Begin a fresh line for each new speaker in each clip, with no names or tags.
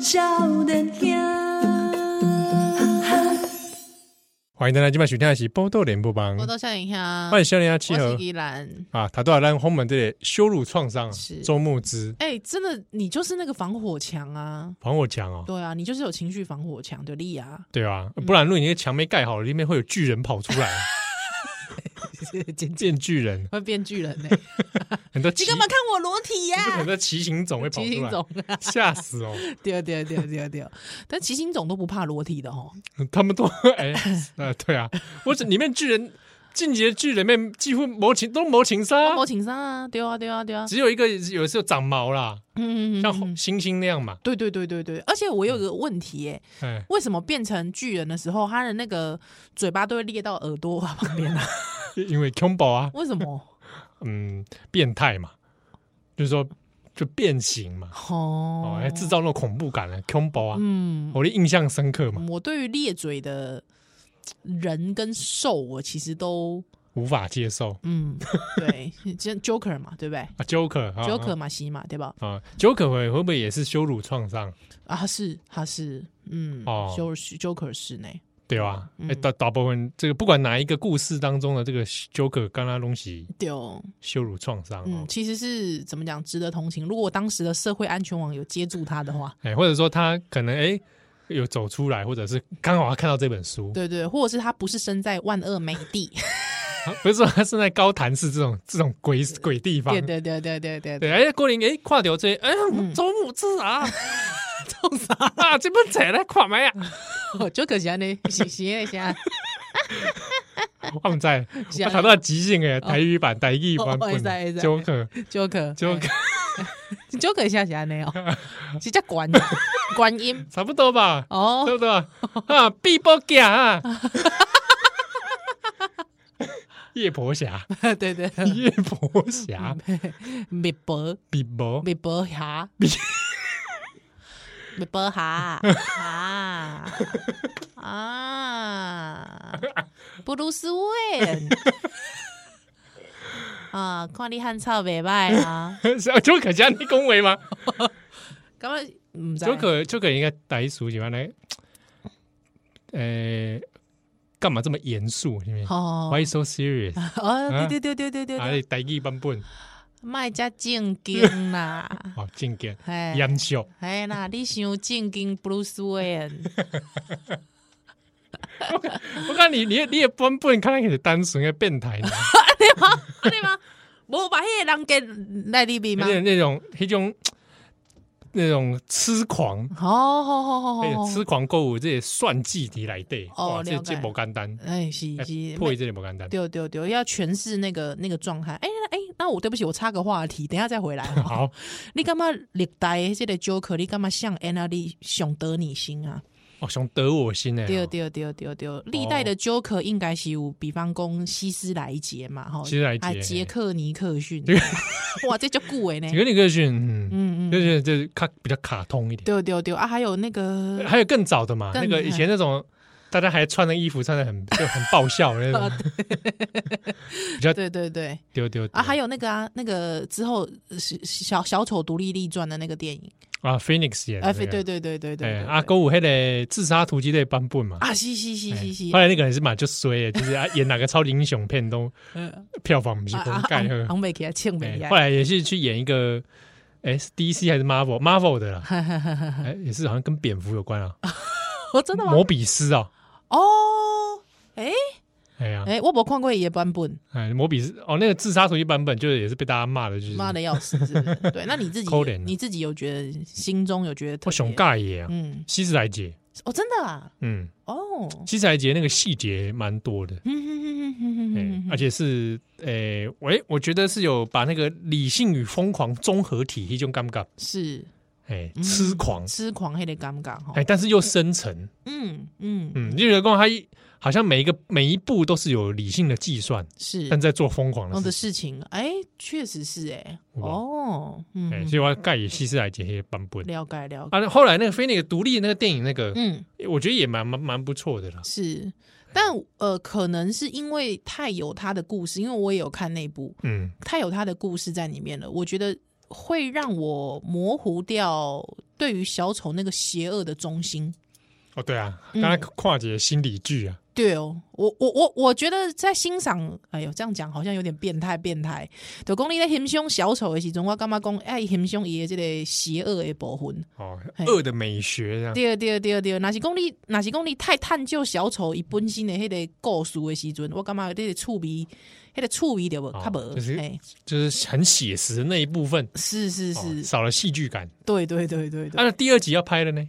少年兄。
欢迎大家今晚收听的是《波多联播帮
我》，到笑脸下，
欢迎笑脸阿
我
七
是
和
依兰。
啊，他都要让红门这里羞辱创伤啊
是，
周牧之
哎、真的，你就是那个防火墙啊！
防火墙哦，
对啊，你就是有情绪防火墙的力啊！
对吧？不然如果你那个墙没盖好，里面会有巨人跑出来， 变巨人，
会变巨人呢、
很多奇
你干嘛看我裸体呀、
很多骑行种会跑
骑
出
行
来，
种 啊，
吓死哦！
对对对对对，但骑行种都不怕裸体的哦。
他们都 哎呃对啊，我这里面巨人进阶巨人里面几乎谋情都谋情杀，
我请上啊，对啊对啊对啊，
只有一个有时候长毛啦，
嗯，嗯嗯
像星星那样嘛，
对对对对对，而且我有个问题耶、
哎，
为什么变成巨人的时候，他的那个嘴巴都会裂到耳朵旁 边啊？
因为 combo 啊，
为什么？
嗯，变态嘛，就是说就变形嘛，哦
哦，，
哎制造那种恐怖感了，combo 啊，
嗯，
我的印象深刻嘛，
我对于裂嘴的人跟兽，我其实都
无法接受
嗯，对，像 Joker 嘛，对不对、
啊，Joker 啊
j o k e r 嘛，西嘛，对吧？
啊，Joker 会会不会也是羞辱创伤，
啊，他是他是嗯，
哦
修 Joker 是呢，
对吧？
嗯
哎，大大部分这个不管哪一个故事当中的这个 Joker 刚刚东西
对哦，
羞辱创伤哦
嗯，，其实是怎么讲，值得同情。如果当时的社会安全网有接住他的话，
哎，或者说他可能哎有走出来，或者是刚好他看到这本书，
对对，或者是他不是身在万恶美 地，
啊不是说他是在高潭市这种这种鬼鬼地方
对，对对对对对嗯对，
对，哎，郭玲，哎，看到这，哎，周母子 啊，
冲啥？
啊，这本册来看没啊？
就可惜呢，洗洗一下，
我们在，
是啊
我查到即兴诶，台语版、台语版
哦
本
会使会使哎
Joker
Joker
Joker
哎 Joker 一下下呢哦， 直接管观音
差不多吧，
哦
对，不对？啊，碧波侠啊，夜婆 侠，
对对，
夜婆侠，
嗯密博
碧波
密博侠，密博侠啊啊，布鲁斯韦 啊，看你汉草袂歹 啊，
，Joker 侠，你恭维吗
感觉啊唔 知道哦
？Joker Joker 应该台俗喜欢来，呃，干嘛这么严肃？因为
哦
Why so serious？
哦，对对对对对
啊，
对
你台语版本
对，卖遮正经啦。
好正经
哎
严肃。
哎啦，你想正经 Bruce Wayne？
我看你，你你也不不能看那个单纯的变态 呢，
对吗？无把迄个人给来里面
而
吗？
且那种那种那种痴狂，
好好好好
那
好，
种痴狂购物这些算计你来对，
哦
哇，这
了解
这不简单，
哎是是，
破译这也不简单。
丢丢丢，要诠释那个那个状态。哎哎，那我对不起，我插个话题，等一下再回来。
好，
你干嘛历代的这个 Joker？你干嘛像 Anna 里想得你心啊？
哦，想得我心呢？哦
对对对对对，历代的 Joker 应该是有，比方讲希斯莱杰嘛，哈，
希斯莱杰
啊杰克尼 克逊，哇，这叫顾伟呢
几。个那个是，嗯，
嗯嗯，
就是就是卡比较卡通一点，
对对对啊，还有那 个
还有更早的嘛，
更
那个以前那种。大家还穿的衣服穿的很就很爆笑那 种，
对对哦对
丢丢
啊，还
有
有那个啊，那个之后呃小小小丑独立立传的那个电影，
啊，Phoenix 演的
哎，
那个，
对对对对对对
哎，，阿勾五黑的自杀突击队版本嘛，
啊，是是是是是
后，来那个人是蛮就衰的，就是他演哪个超级英雄片都票房不是公盖呵。
呃啊红梅给他庆梅
哎后来也是去演一个，哎是，DC 还是 Marvel，Marvel 的啦，哎，也是好像跟蝙蝠有关啊，
我哦真的吗？
摩比斯啊，
哦，哎
哎呀，
哎，我没看过伊的版本，
哎，摩比斯哦，那个自杀突击版本就是也是被大家骂的，就是
妈的要死，是不 是？对，那你自己
可怜啊
你自己有觉得心中有觉得特
我
别
熊？盖耶啊，
嗯，
希斯莱杰，
哦，真的啊，
嗯，
哦，
希斯莱杰那个细节蛮多的，
嗯哼哼哼哼
哎
哼，哼
而且是，哎，喂，我觉得是有把那个理性与疯狂综合体一种尴尬，
是
哎，
嗯
痴狂。
痴狂黑的尴尬哈
哎，，但是又深沉，
嗯嗯，
嗯，日月光它一好像每一个每一步都是有理性的计算，
是
但在做疯狂
哦
的
的
事情。
事情，哎，确实是哎，
有吧
哦，嗯，
哎，
嗯
所以我要盖以西斯来解些版本
了解了解，
啊。后来那个菲那个独立那个电影那个，
嗯，
我觉得也蛮蛮蛮不错的啦。
是，但呃，可能是因为太有他的故事，因为我也有看那部，
嗯，
太有他的故事在里面了，我觉得会让我模糊掉对于小丑那个邪恶的忠心。
哦，对啊，
嗯
刚才跨界心理剧啊，
对哦，我我我我觉得在欣赏，哎呦，这样讲好像有点变态变态。就讲你在欣赏小丑的时阵，我干嘛讲爱欣赏伊的这个邪恶的部分？
哦，
嘿
恶的美学这样，
对对对对，若是讲你若是讲你太探究小丑伊本身的迄个故事的时阵，我感觉这个趣味，迄、个趣味对无？较无、
哦就是
嘿
就是很写实的那一部分，
是是
哦
是，
少了戏剧感。
对对对对
啊，
对，
那第二集要拍了呢，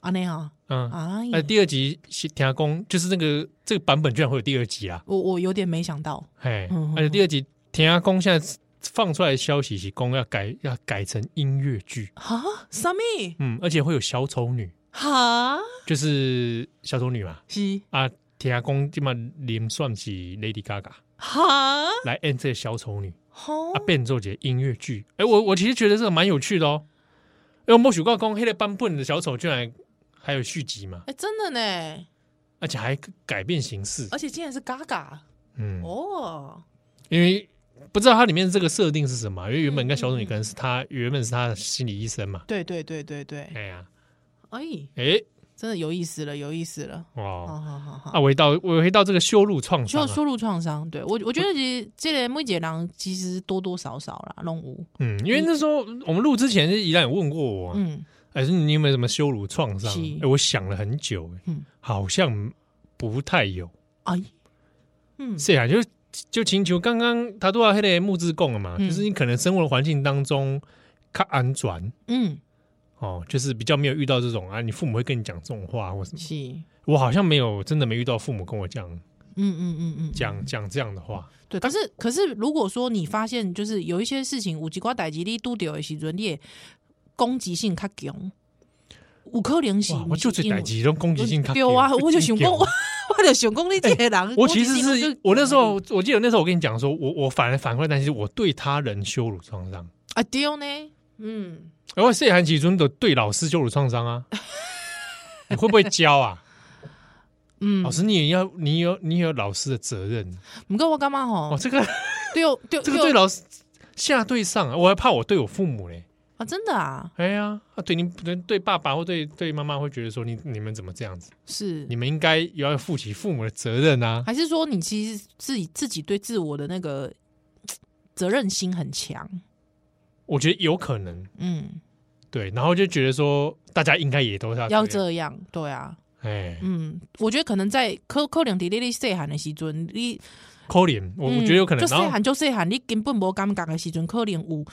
安尼哈，
嗯，
哎呀，
那第二集是天宫，就是那个这个版本居然会有第二集啊，
我我有点没想到，
嘿
嗯，
而且第二集天宫现在放出来的消息是宫要改要改成音乐剧，
哦哈，什么？
嗯，而且会有小丑女，
哈，
就是小丑女嘛，
是
啊，天宫今嘛连算是 Lady Gaga
哈，
来演这个小丑女。
吼
啊，变奏节音乐剧。哎、我我其实觉得这个蛮有趣的哦。因为莫许挂公黑的版本的小丑居然还有续集嘛，
哎、真的呢，
而且还改变形式。
而且竟然是嘎嘎
嗯，
哦，
因为不知道它里面这个设定是什么，因为原本跟小丑女可能是他原本是他的心理医生嘛。
对对对对对，
哎呀，
哎、
哎
真的有意思了，有意思了，好
哇，
好好好。
啊，回到我回到这个羞辱创伤
就
啊，
收入创伤，对我我觉得其实这个每姐郎其实多多少少啦，弄无，
嗯，因为那时候我们录之前，依然有问过我啊，
嗯，
哎，你有没有什么羞辱创伤
是？
哎，我想了很久，哎
嗯，
好像不太有。
哎，嗯，
是啊，就就请求刚刚他都要黑的木质供了嘛，
嗯
就是你可能生活的环境当中较安全
嗯，
哦，就是比较没有遇到这种啊，你父母会跟你讲这种话或什么，
是，嗯
我好像没有真的没遇到父母跟我讲
嗯嗯嗯，
讲讲这样的话，
对。可是可是，如果说你发现就是有一些事情，有一寡代志你拄着的时阵，你也攻击性较强，有可能是
哇，
不
我
是
就这
因为
代志种攻击性较强，
对啊，我就 想讲，
很
我
强
我就想讲你这个人，
我其实
攻击性
是
就
我那时候，我记得那时候我跟你讲说，我我反而反过来担心，我对他人羞辱创伤，
啊对呢，嗯，
然后谢寒其中的对老师羞辱创伤啊， 你会不会教啊？
嗯
老师，你也要，你有你有老师的责任
不过我感觉
哦。
吼，
这个
对对
这个对老师下对上啊，我还怕我对我父母嘞。
啊，真的啊，
哎呀，啊对你对爸爸或对对妈妈会觉得说你你们怎么这样子？
是
你们应该也要负起父母的责任啊。
还是说你其实自己自己对自我的那个嘖责任心很强？
我觉得有可能
嗯，
对，然后就觉得说大家应该也都要
要
样
这样，对啊，
哎，
嗯，我觉得可能在科科两迪丽丽岁喊的时阵，你嗯
扣脸，我我觉得有可能。
就
然
岁
后
喊就岁喊，你根本无感觉的时阵，可能有嘖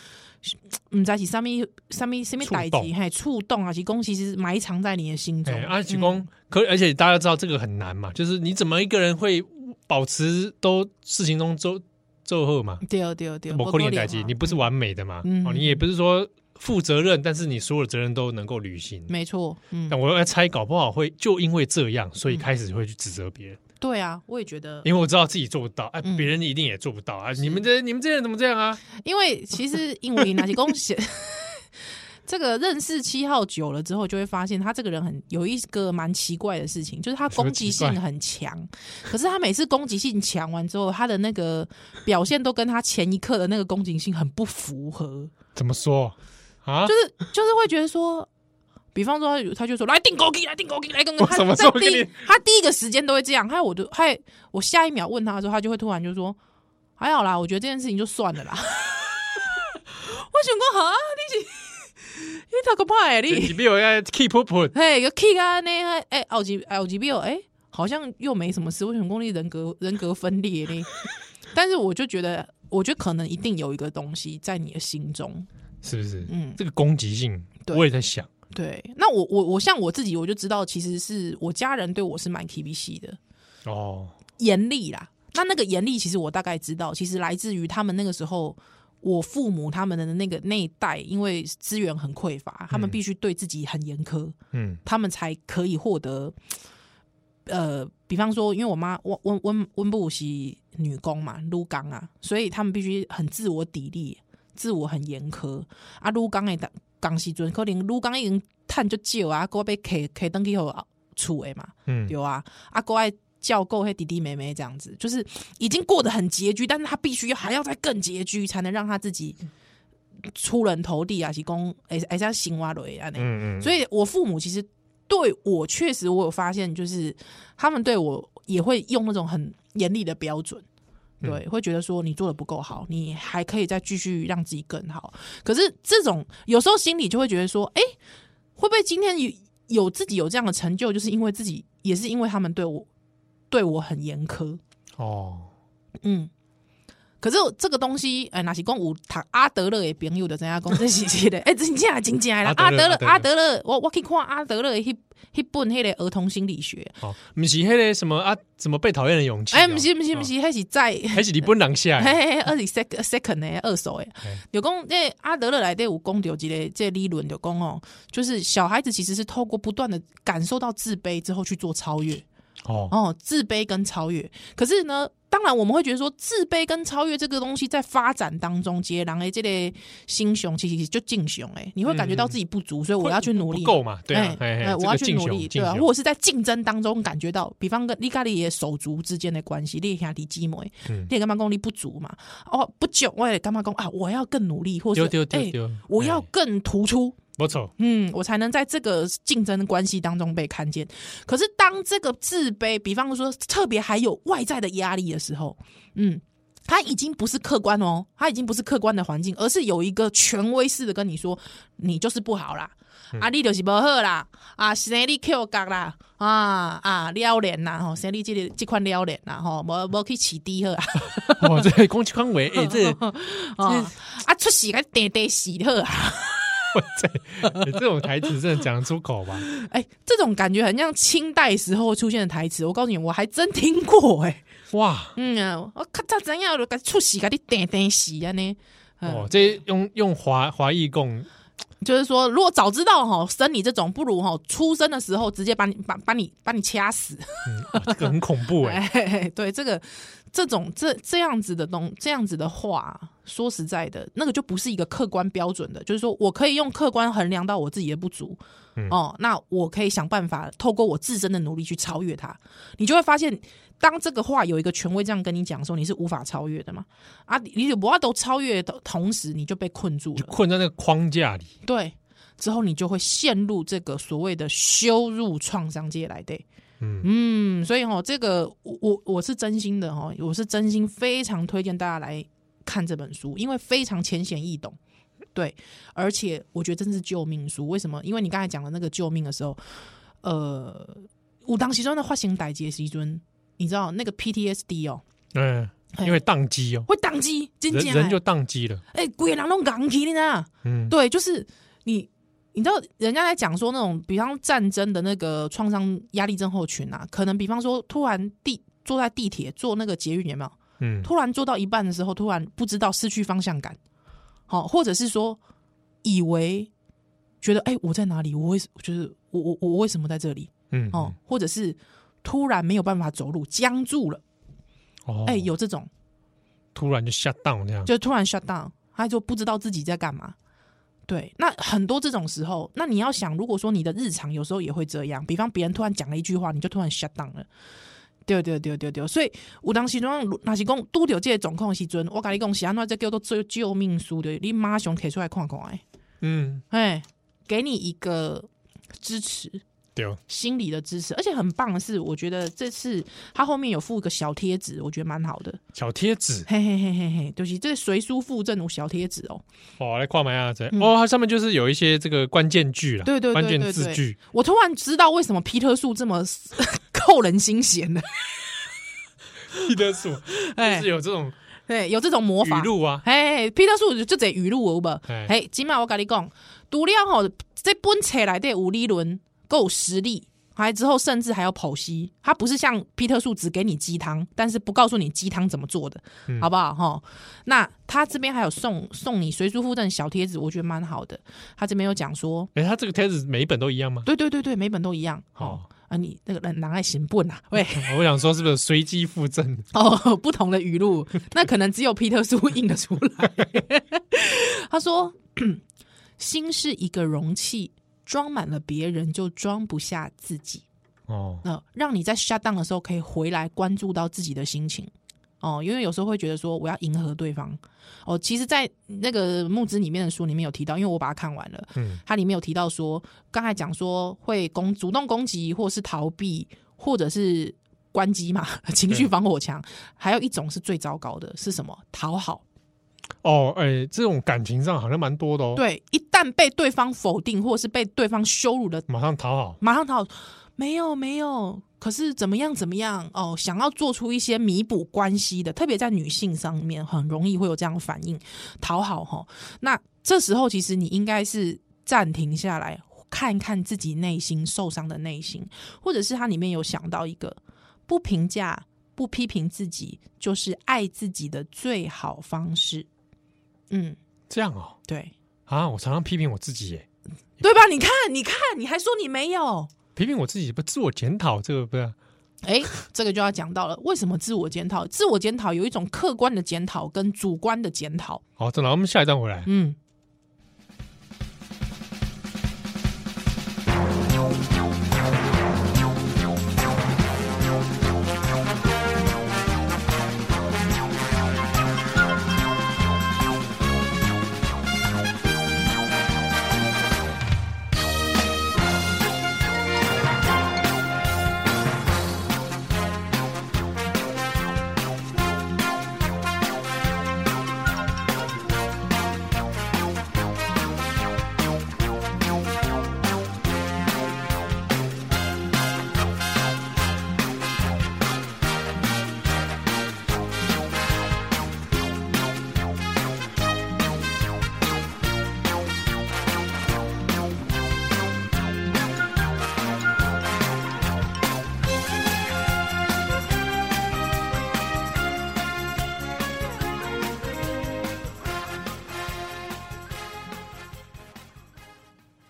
唔知是啥咪啥咪啥咪
触
代
动
志，嘿，触动啊，是讲其实埋藏在你的心中
哎，。阿启
嗯
功可，而且大家知道这个很难嘛，就是你怎么一个人会保持都事情中周周后嘛？
对对对，
某
不
扣
可
年
能
代
啊
机，你不是完美的嘛？
嗯
哦，你也不是说负责任，但是你所有责任都能够履行。
没错，嗯
但，我要猜，搞不好会就因为这样，所以开始会去指责别人，
对啊，我也觉得，
因为我知道自己做不到，哎，
嗯
别人一定也做不到啊！你们这你们这些人怎么这样啊？
因为其实因为那些公写，这个认识七号久了之后，就会发现他这个人很有一个蛮奇怪的事情，就是他攻击性很强，可是他每次攻击性强完之后，他的那个表现都跟他前一刻的那个攻击性很不符合，
怎么说啊？
就是就是会觉得说。比方说，他就说来定狗给，来定狗给，来跟
我
跟他
什么时
在
候
第
跟
一
你
他第一个时间都会这样，害我都害我下一秒问他的时候，他就会突然就说：“还好啦，我觉得这件事情就算了啦。” 我想讲哈，你是你太可怕了，
你
啊你
比我要 keep up，
嘿个 kick 啊那个哎奥吉奥吉 B 哎，好像又没什么事，为什么功力人格人格分裂呢？ 但是我就觉得，我觉得可能一定有一个东西在你的心中，
是不是？
嗯，
这个攻击性，
对
我也在想，
对，那我我我像我自己，我就知道，其实是我家人对我是蛮 K B C 的
哦，
严厉啦。那那个严厉，其实我大概知道，其实来自于他们那个时候，我父母他们的那个那一代，因为资源很匮乏，他们
嗯
必须对自己很严苛，
嗯，
他们才可以获得。呃，比方说，因为我妈温温温温布是女工嘛，撸刚啊，所以他们必须很自我砥砺，自我很严苛啊。撸刚的当当时阵，可能撸刚已经趁就少啊，还要被摕摕登去后厝的嘛，
嗯，
对啊，啊，国爱叫够黑弟弟妹妹这样子，就是已经过得很拮据，但是他必须还要再更拮据，才能让他自己出人头地啊，是讲哎哎像行挖雷啊那。
嗯嗯，
所以我父母其实对我确实，我有发现，就是他们对我也会用那种很严厉的标准，对，会觉得说你做的不够好，你还可以再继续让自己更好。可是这种有时候心里就会觉得说，哎、会不会今天有有自己有这样的成就，就是因为自己也是因为他们对我对我很严苛，
哦，
嗯。可是这个东西，哎、若是讲有读阿德勒的朋友就知影讲这是是 的，哎、真正真正啦，
阿
阿
德
德
勒
勒阿德勒，我我去看阿德勒的迄迄本迄个儿童心理学，
哦，不是那个什么啊，怎么被讨厌的勇气、
哎、不是不哎是不，是，迄是在
还是你不能下来？
嘿，二十 second second 的二手诶
嘿，
有讲这阿德勒来对有讲到一个这个理论就讲哦，就是小孩子其实是透过不断的感受到自卑之后去做超越
哦，
哦，自卑跟超越。可是呢，当然我们会觉得说自卑跟超越这个东西在发展当中，接人的这类心胸其实就敬雄哎，你会感觉到自己不足，所以我要去努力
嗯不。够嘛？对啊
哎，
哎
哎，我要去努力，对啊，
啊，
或者是在竞争当中感觉到，比方跟你家里的手足之间的关系，你兄弟姊妹，
嗯
你也干嘛功力不足嘛？哦，不久我也干嘛功啊，我要更努力，或者
丢
是
丢丢
哎
丢，
我要更突出，
不错，
嗯，我才能在这个竞争关系当中被看见。可是当这个自卑，比方说特别还有外在的压力的时候，嗯。它已经不是客观哦，它已经不是客观的环境，而是有一个权威式的跟你说，你就是不好啦，啊，你就是不好啦，啊，生你 Q 角啦，啊啊，撩脸啦，吼，生你这个这款撩脸啦，吼，无无去起低好啊，
哇，这空气宽围，哎，这
哦啊，出事个跌跌死好啊，
这种台词真的讲得出口吧？
哎、这种感觉很像清代时候出现的台词。我告诉你，我还真听过哎、
哇，
嗯啊，我咔嚓怎样就给出息，给你点点洗啊呢。嗯
哦，这用用华华裔嗯共
就是说，如果早知道哈生你这种，不如哈出生的时候直接把你把把你把你掐死。
哇这个很恐怖哎、
哎、对，这个这种这这样子的东这样子的话，说实在的，那个就不是一个客观标准的，就是说我可以用客观衡量到我自己的不足，
嗯
哦，那我可以想办法透过我自身的努力去超越它。你就会发现，当这个话有一个权威这样跟你讲的时候，你是无法超越的嘛？啊，你你不要都超越的同时，你就被困住
就
了，
困在那个框架里。
对。之后你就会陷入这个所谓的羞辱创伤界来的，
嗯，
嗯，所以哈、这个我我我是真心的哈、我是真心非常推荐大家来看这本书，因为非常浅显易懂，对，而且我觉得真是救命书。为什么？因为你刚才讲的那个救命的时候，呃，武当其中的化形歹劫时尊，你知道那个 PTSD 哦，
嗯，
嘿
因为宕机哦，
会宕机，真
人
假
人就宕机了。
哎，鬼狼弄港起你呢？
嗯，
对，就是你，你知道人家在讲说那种，比方战争的那个创伤压力症候群啊，可能比方说突然地坐在地铁坐那个捷运有没有？
嗯，
突然坐到一半的时候，突然不知道失去方向感，好、或者是说以为觉得哎、我在哪里？我为就是我我我为什么在这里？
嗯，
哦，或者是突然没有办法走路，僵住了，
哦，
哎、有这种。
突然就 shut down 这样。
就突然 shut down，他就不知道自己在干嘛。对，那很多这种时候，那你要想，如果说你的日常有时候也会这样，比方别人突然讲了一句话，你就突然 shut down 了。对对对对对，所以有当时中若是哎讲拄着这个状况的时阵，我跟你讲是安怎这叫做救救命书的，你马上摕出来看看哎，
嗯，
哎，给你一个支持，
对哦，
心理的支持，而且很棒的是，我觉得这次他后面有附一个小贴纸，我觉得蛮好的，
小贴纸，
嘿嘿嘿嘿嘿，就是这随书附赠有小贴纸哦，
哦，来跨买啊，这哦，它上面就是有一些这个关键句啦，
嗯对对对
关键
对
字
对
句，
我突然知道为什么皮特树这么 扣人心弦 了。
记得住，就
哎
是，有这种
对，有这种魔
语
法。
录啊，
哎，皮特树就这语录有无？
哎
哎，今麦我跟你讲，除了吼，这本册内底有理论，够实力，还之后甚至还有剖析。它不是像皮特树只给你鸡汤，但是不告诉你鸡汤怎么做的，
嗯
好不好？哈，那他这边还有送送你随书附赠小贴纸，我觉得蛮好的。他这边有讲说，
哎，它这个贴纸每一本都一样吗？
对对对对，每本都一样。哦
哦
啊，你那个人人爱行笨啊，喂。
我想说是不是随机附赠？
哦，不同的语录，那可能只有皮特苏 印得出来。他说：“心是一个容器，装满了别人，就装不下自己。呃
哦，
那、让你在 shut down 的时候，可以回来关注到自己的心情。哦，因为有时候会觉得说我要迎合对方哦。其实，在那个募资里面的书里面有提到，因为我把它看完了，
嗯，
它里面有提到说，刚才讲说会攻主动攻击，或是逃避，或者是关机嘛， 情绪防火墙。还有一种是最糟糕的，是什么？讨好。
哦，哎、这种感情上好像蛮多的哦，，
对，一旦被对方否定，或是被对方羞辱的，
马上讨好，
马上讨好。没有没有，可是怎么样怎么样哦，想要做出一些弥补关系的，特别在女性上面，很容易会有这样的反应，讨好哈。那这时候其实你应该是暂停下来，看看自己内心受伤的内心，或者是它里面有想到一个不评价、不批评自己，就是爱自己的最好方式。嗯，
这样哦，
对。
啊，我常常批评我自己耶，
对吧？你看，你看，你还说你没有，
批评我自己不自我检讨，这个不是啊
哎，这个就要讲到了，为什么自我检讨？自我检讨有一种客观的检讨跟主观的检讨。
好，哦真的，我们下一站回来。
嗯，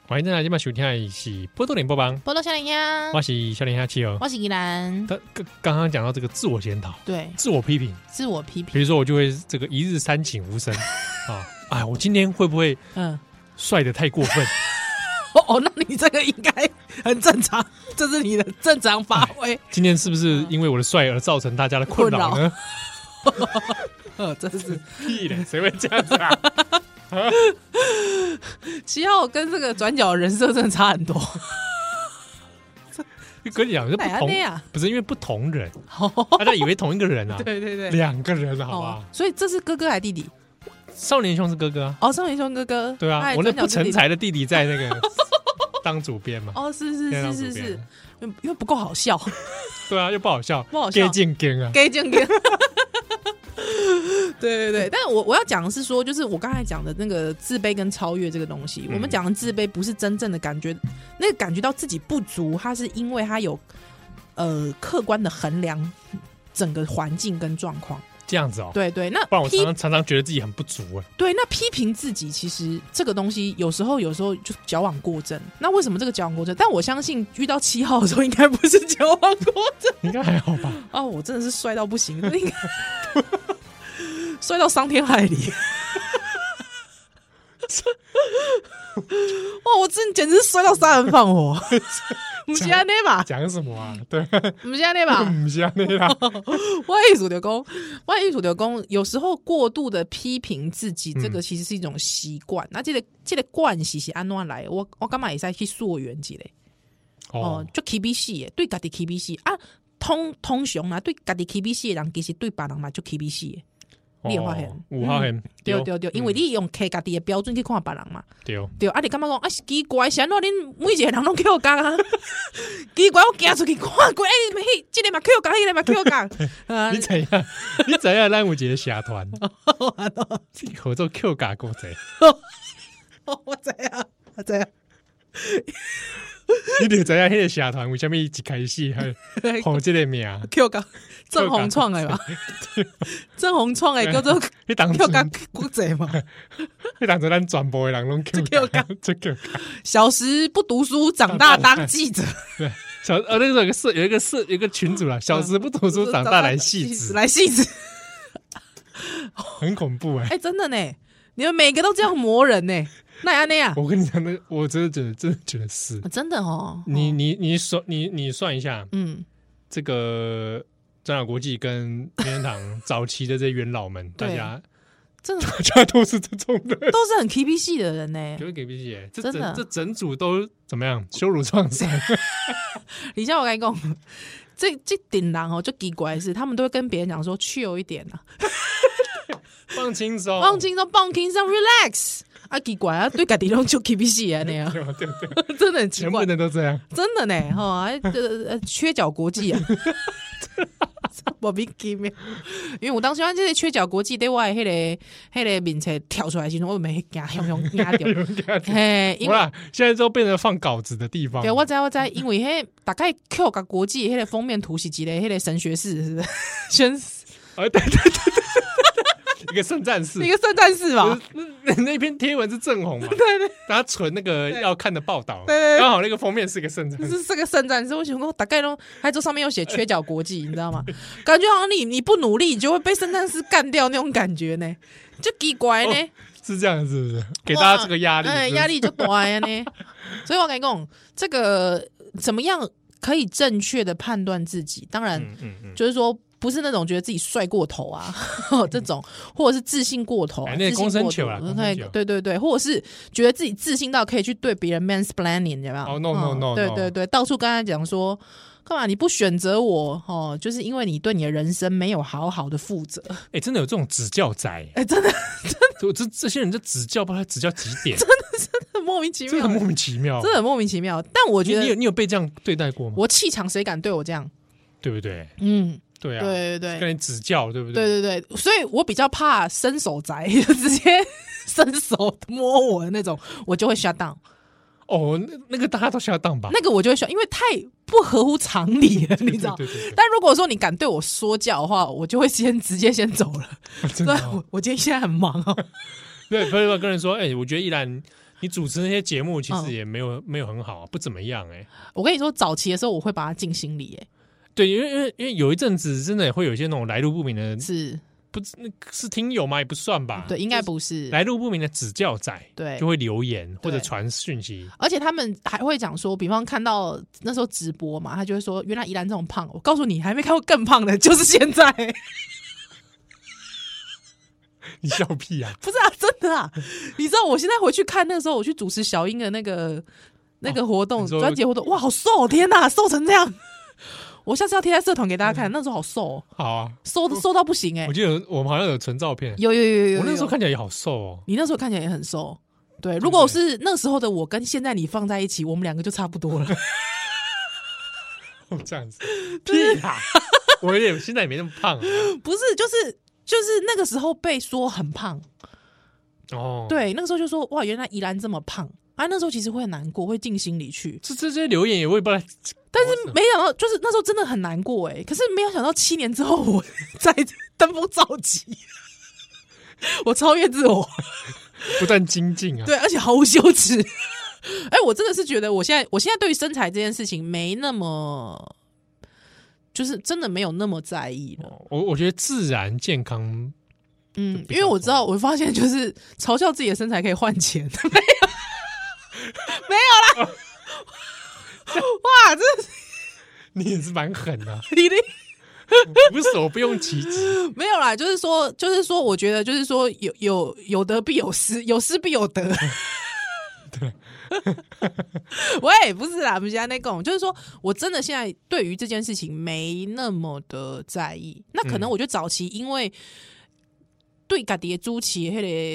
欢迎大家今晚收听的是《波多连播帮》，
波多小林呀，
我是笑脸下七哦。
我是依兰。
他刚刚刚讲到这个自我检讨、
对，
自我批评，
自我批评。
比如说我就会这个一日三省吾 身啊，哎，我今天会不会
嗯，
帅的太过分？
哦哦，那你这个应该很正常，这是你的正常发挥。
今天是不是因为我的帅而造成大家的困扰呢？
呃，真是。
屁嘞，谁会这样子啊？
七号跟这个转角人设真的差 很多。
跟你讲，这不
哪
同
哎那，样？
不是因为不同人，大家以为同一个人啊，
对对对。
两个人好
哦
吧？，
所以这是哥哥还弟弟？
少年兄是哥哥啊，
哦，少年兄哥哥。
对啊
哎，
我那
转角
不
是弟
成
弟
才的弟弟在那个 当主编嘛，
哦，是是
现在
是
当
是
主编
是，因为不够好笑，
对啊，又不好笑，
不好笑
接近跟啊，
给就给。
嗯
对对对，但是我我要讲的是说，就是我刚才讲的那个自卑跟超越这个东西，
嗯
我们讲的自卑不是真正的感觉，那个感觉到自己不足，它是因为它有呃客观的衡量整个环境跟状况。
这样子哦。
对对，那
不然我
批
常常常常觉得自己很不足 哎。
对，那批评自己，其实这个东西有时候有时候就是矫枉过正。那为什么这个矫枉过正？但我相信遇到七号的时候，应该不是 矫枉过正。
应该还好吧？
啊，我真的是帅到不行，应该帅到伤天害理。哇，我真的简直是摔到杀人放火！不是安尼吧？
讲什么啊？对，
不是安尼 吧？
不像那 啦。
哦我的意思就讲，我的意思就讲，有时候过度的批评自己，这个其实是一种习惯。那这个这个惯习是安怎来的？我我干嘛也在去溯源一下？哦
哦，，
就 K B C 对家己 K B C 啊，通通常啦，对家己 K B C 的人，其实对别人嘛就 K B C 的。你有发现
哦有嗯发现，
嗯对对对，因为你用客家己的标准去看别人嘛，
对，
对，啊，你感觉讲啊是奇怪，是安怎恁每一个人拢叫我讲啊？ 奇怪，我行出去看过，哎、迄即、个嘛叫我讲，迄、个嘛叫我讲，啊
你，怎样？你怎样？让我姐社 团，
哦
自己合作 Q 嘎过贼，
我知啊，我知啊，
你就知影迄个社团为什么一开始 还红这个名？
叫我讲，郑红创 的吧，郑红创的叫做
你当初
叫我讲古仔嘛，
你当初咱全部的人拢 Q 嘎，这 Q 嘎。
小时不读书，长大当记者，
小呃，那个时候有个社有一个社有一个群主啦，
嗯
小时不读书，长大来戏子，
来戏子，
很恐怖哎
哎、。真的呢，你们每个都这样磨人 呢，那安那样，
我跟你讲，那个我真的觉得，真的觉得是
啊真的哦，
你你你算你你算一下，
嗯，
这个张亚国际跟名人堂早期的这些元老们，大
对
家
真的
大家都是这种人，
都是很 K B C 的人呢、
就是给 B 姐，这
真
整
的
这整组都怎么样羞辱创伤？
你像我跟你讲，这这顶人哦，就奇怪的是，他们都会跟别人讲说去有一点啊，
放轻松，
放轻松，放轻松，relax 啊，奇怪啊，对家己拢就 K B C 啊那样，
对吧，对不对？
真的很奇
全部
怪，
人都这样，
真的呢，哈，还呃呃缺角国际啊。 莫名其妙，因为我当时啊看这些缺角国际对我的迄、个、迄、个名册跳出来的时候，我没惊，熊熊惊 掉。
有人给他听
嘿，因
不
为
啦，现在都变成放稿子的地方
对，。我知道我知道，因为迄大概 Q 甲国际迄个封面图是一个迄个神学士，是不是？ 宣
哎，对对对对对对对，一个圣战士
一，个圣战士吧？
那那篇贴文是正红嘛？
对对，
他存那个要看的报道，
对对对
刚好那个封面是个圣战
就
士，
是这个圣战士。我想说，大概都还这上面有写缺角国际，你知道吗？感觉好像你你不努力，你就会被圣战士干掉那种感觉呢，就奇怪呢。
是这样是不是？哦给大家这个压力，
哎，
是不是
压力就大呀呢。所以我跟你讲，这个怎么样可以正确的判断自己？当然，
嗯嗯嗯，
就是说不是那种觉得自己帅过头啊 这种，或者是自信过头、啊，
哎
自
那
信
公
过
升
度
球啦公升
对
球
对对对，或者是觉得自己自信到可以去对别人 mansplaining，有没有？
哦，no，no，
嗯
no，
对
no
对对，到处跟他讲说。干嘛你不选择我？哦，就是因为你对你的人生没有好好的负责。
哎，真的有这种指教仔，
哎、真的
就这这些人就指教，不知道他指教几 点，
很莫名其
这
妙
个，很莫名其妙。
真的很莫名其妙。但我
你
觉
你有
得
你有被这样对待过吗？
我气场，谁敢对我这样？
对不对？
嗯，
对啊，
对对对
跟你指教，对不对？
对对对，所以我比较怕伸手宅，就直接伸手摸我的那种，我就会 shut down。
哦，那那个大家都下当吧？
那个我就会说，因为太不合乎常理 了，你知道
对。对对
但如果说你敢对我说教的话，我就会先直接先走了。
对，真
对，
的哦
我我今天现在很忙哦。
对，朋友跟人说，哎，我觉得依然你主持那些节目其实
嗯
也没有没有很好，不怎么样，哎。
我跟你说，早期的时候我会把它进心里，哎，
对，因为因为因为有一阵子真的也会有一些那种来路不明的，
是
不知那是听友吗？也不算吧。
对，应该不是，
来路不明的指教仔，
对
就。会留言或者传讯息。
而且他们还会讲说，比方看到那时候直播嘛，他就会说，原来宜兰这种胖，我告诉你，还没看过更胖的，就是现在。
你笑屁啊！
不是啊，真的啊！你知道我现在回去看那时候我去主持小英的那个那个活动
哦你说
专辑活动，哇，好瘦！哦天 哪，瘦成这样！我下次要贴在社团给大家看，那时候好瘦、哦，
好啊，
瘦瘦到不行哎、
嗯我记得有我们好像有存照片，
有有有有有，
我那时候
有
看起来也好瘦哦。
你那时候看起来也很瘦，对。
对
如果是那时候的我跟现在你放在一起，我们两个就差不 多了。
哦这样子，屁啦！我有点现在也没那么胖啊
不是，就是就是那个时候被说很胖，
哦。，
对，那个时候就说哇，原来宜兰这么胖啊！那时候其实会很难过，会进心里去。
这这些留言也我也不知道，
但是没想到，就是那时候真的很难过哎、可是没有想到，七年之后我在登峰造极， 我超越自我，
不断精进啊。
对，而且毫无羞耻。哎、我真的是觉得，我现在我现在对于身材这件事情没那么，就是真的没有那么在意了。
哦我我觉得自然健康
嗯
就，比
因
较哦
为我知道，我发现就是嘲笑自己的身材可以换 钱，没有，没有啦。哇，这是
你也是蛮狠 的，
你的
无所不用其极。
没有啦，就是说，就是说，我觉得就是说有有有得必有失，有失必有得。喂，不是啦，不是那种，就是说我真的现在对于这件事情没那么的在意。那可能
嗯
我觉得早期因为对家己的主持迄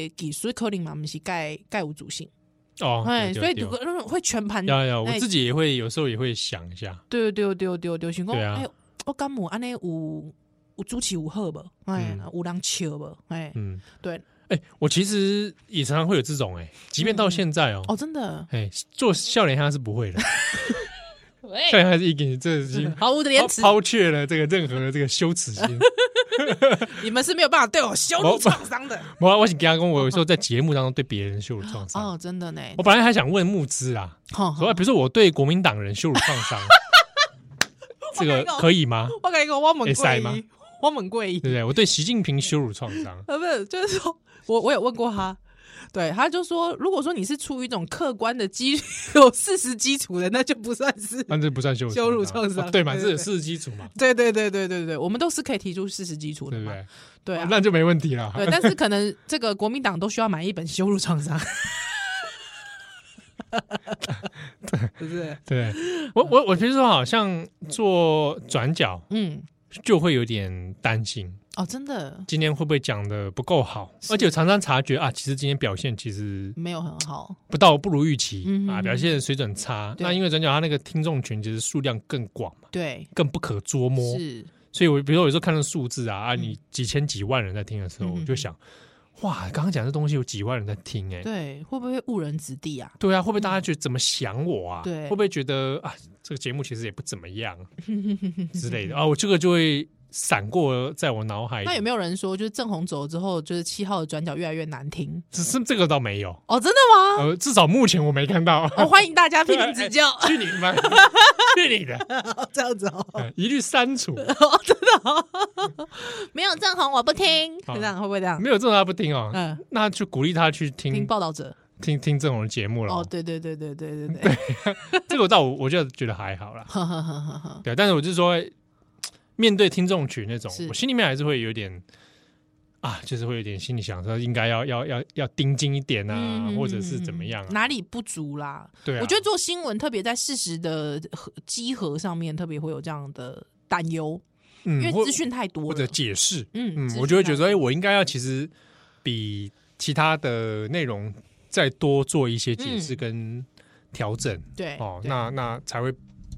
个技术可能嘛，不是盖盖有主性，
哦，
哎，
对对
所以
对
如果那种会全盘
要要，我
哎
自己也会有时候也会想一下，
对对对对对，想讲
对啊
哎，我敢母安尼有有主持有好无，哎，
嗯
有人笑无，哎，
嗯，
对，
哎、我其实也常常会有这种哎、即便到现在哦、
哦，真的。
哎、做笑脸虾是不 会的，笑脸虾是一点这已经
毫无
抛
的廉耻，
抛却了这个任何的这个羞耻 心。
你们是没有办法对我羞辱创伤的。
我我请刚刚我有时候在节目当中对别人羞辱创伤，
哦，真的呢。
我本来还想问募资啦，
好，
说哎比如说我对国民党人羞辱创 伤，这个可以吗？
我跟你讲，我猛
可以
贵
吗
一，我猛贵一
对，不对？我对习近平羞辱创伤，
呃，不是，就是说我我有问过他，对，他就说，如果说你是出于一种客观的基有事实基础的，那就不算 是。
但这不算羞辱
羞辱
啊
创伤
对嘛？
对
这
对
有事实基础 嘛，
对对对对对对，我们都是可以提出事实基础的
对不
嘛。
对？
对啊，
那就没问题了。
对，但是可能这个国民党都需要买一本羞辱创伤， 是不是？
对我我我觉得说好像做转角
嗯，
就会有点担心，
哦，真的
今天会不会讲的不够好？
是
而且我常常察觉啊，其实今天表现其实
没有很好，
不到不如预期、
嗯
啊，
哼
表现的水准差。
对
那因为转角它那个听众群其实数量更广嘛，
对，
更不可捉摸，
是，
所以我比如说有时候看到数字啊啊，
嗯
你几千几万人在听的时候，
嗯哼
我就想，哇，刚刚讲这东西有几万人在听哎、
对，会不会误人子弟啊？
对啊，会不会大家觉得怎么想我啊？
对
会不会觉得啊，这个节目其实也不怎么 样之类的啊？我这个就会闪过在我脑海里。
那有没有人说，就是郑红走了之后，就是七号的转角越来越难听？
只是这个倒没有，
哦，真的吗？
呃，至少目前我没看到。
我、欢迎大 家批评
哎
指教，
去你妈！去你 的！
这样子哦，
呃一律删除，
没有郑红我不听，
好
这样会不会这样？
没有这种他不听哦。
嗯，
那就鼓励他去
听
听
报道者。
听听这种节目了
哦，
哦。
对对对对对对对，
这个我倒我我就觉得还好啦。
呵呵呵呵呵，
对，但是我就说，面对听众群那种
是，
我心里面还是会有点啊，就是会有点心里想说，应该要要要要盯紧一点啊，
嗯
或者是怎么样、啊？
哪里不足啦？
对、啊，
我觉得做新闻，特别在事实的和集合上面，特别会有这样的担忧，因
嗯，
为
或
资讯太多
或者
了。
解释，
嗯
嗯
资，讯
我就会觉得
量
说，
嗯
哎、我应该要其实比其他的内容再多做一些解释跟调整、
对，
哦，
嗯哎对
那那才会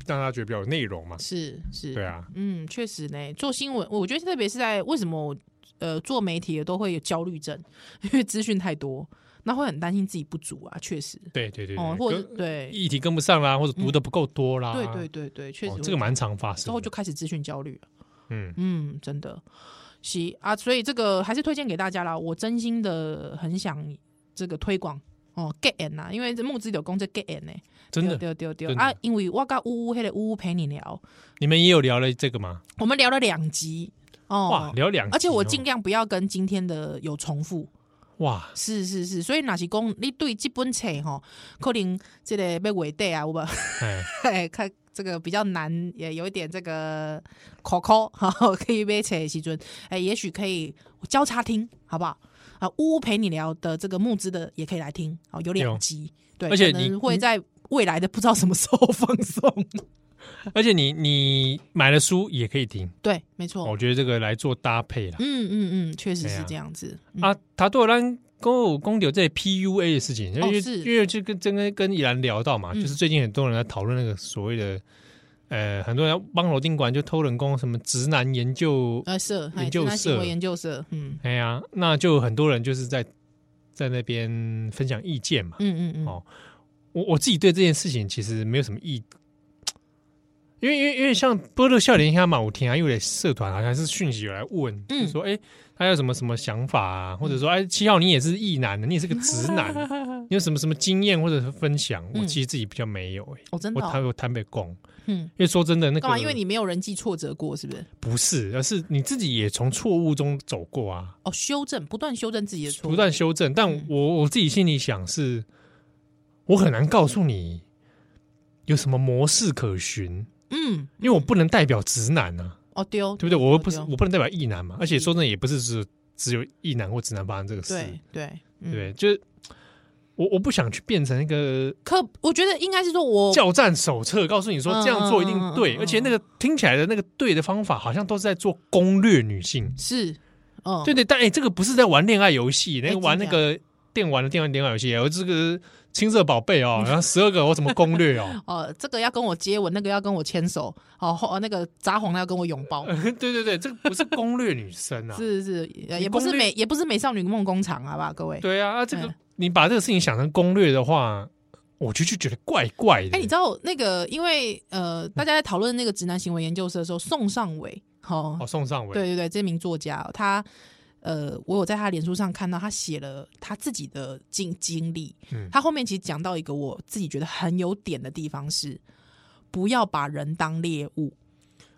让他觉得比较有内容嘛。
是是，
对啊，
嗯，确实呢，做新闻，我觉得特别是在为什么我呃做媒体的都会有焦虑症，因为资讯太多，那会很担心自己不足啊，确实。
对对对对，
哦，或者
跟
对，
议题跟不上啦，或者读的不够多啦，
对对对对，确实
哦
会、
这个蛮常发生的。
之后就开始资讯焦虑了。
嗯，
嗯，真的，是啊，所以这个还是推荐给大家啦。我真心的很想这个推广哦，get in 呐、因为这募资有公这 get in 呢、
真的，
对对对对
真的
啊，因为我跟呜呜黑的呜呜陪你聊，
你们也有聊了这个吗？
我们聊了两集
哇，
哦，
聊两集哦，
而且我尽量不要跟今天的有重复。
哇，
是是是，所以若是讲你对这本册吼，可能这个要画底啊，有无？
哎，
嘿看这个比较难，也有一点这个口口， 哈，可以被扯西尊，哎、也许可以交叉听，好不好？啊，呜呜陪你聊的这个募资的也可以来听，哦，有
有
两集，对，
哦而且
可
你
能会在未来的不知道什么时候放 送，
而且你你买了书也可以听，哦
对，没错，
我觉得这个来做搭配了
嗯嗯嗯，确实
哎呀
是这样子，嗯
啊。塔多兰跟我公有这 PUA 的事情，因为
是
因为这跟真跟跟依兰聊到嘛，
嗯
就是最近很多人在讨论那个所谓的呃，很多人帮楼宾馆就偷人工什么直男研究，
呃，社
研究
行
社
为研究社，嗯
哎呀，那就很多人就是在在那边分享意见嘛。
嗯嗯嗯，
哦我我自己对这件事情其实没有什么意，因为因为因为像波乐笑脸下嘛，我听啊，因为社团好像是讯息有来问，
嗯
就说哎、诶他有什么什么想法啊，或者说哎，七号你也是异男的，你也是个直男，你有什么什么经验或者是分享？我
嗯
其实自己比较没有、诶
哦，真
我
的、哦，
坦我坦白讲，
嗯，
因为说真的那个
干嘛？因为你没有人际挫折过，是不是？
不是，而是你自己也从错误中走过啊，
哦，修正，不断修正自己的错误，
不断修正。但
嗯
我我自己心里想是，我很难告诉你有什么模式可循，
嗯，
因为我不能代表直男啊，
哦丢，
对不对？我又不是
对哦
我不能代表异男嘛，而且说真的也不是只只有异男或直男发生这个事，
对对
对
嗯
不对，
对
就是我我不想去变成一个
可我觉得应该是说我
教战手册，告诉你说
哦嗯
这样做一定对，
嗯嗯嗯
而且那个听起来的那个对的方法，好像都是在做攻略女性，
是，嗯，
对对，但哎、这个不是在玩恋爱游戏，那
哎
个玩那
真的，
个电玩的电玩恋爱游戏，有这个青色宝贝哦，然后十二个我怎么攻略哦
哦，这个要跟我接吻，那个要跟我牵手，哦，后那个札幌要跟我拥抱，
呃对对对，这个不是攻略女生啊，
是是，呃也不
攻
是
略
美，也不是美少女梦工厂，好吧，各位。
对啊，啊这个
嗯
你把这个事情想成攻略的话，我就就觉得怪怪的。
哎，你知道那个，因为呃，大家在讨论那个直男行为研究社的时候，宋尚伟，哦
哦，，宋尚伟，
对对对，这名作家哦、他呃，我有在他脸书上看到他写了他自己的经经历。
嗯
他后面其实讲到一个我自己觉得很有点的地方是，不要把人当猎物。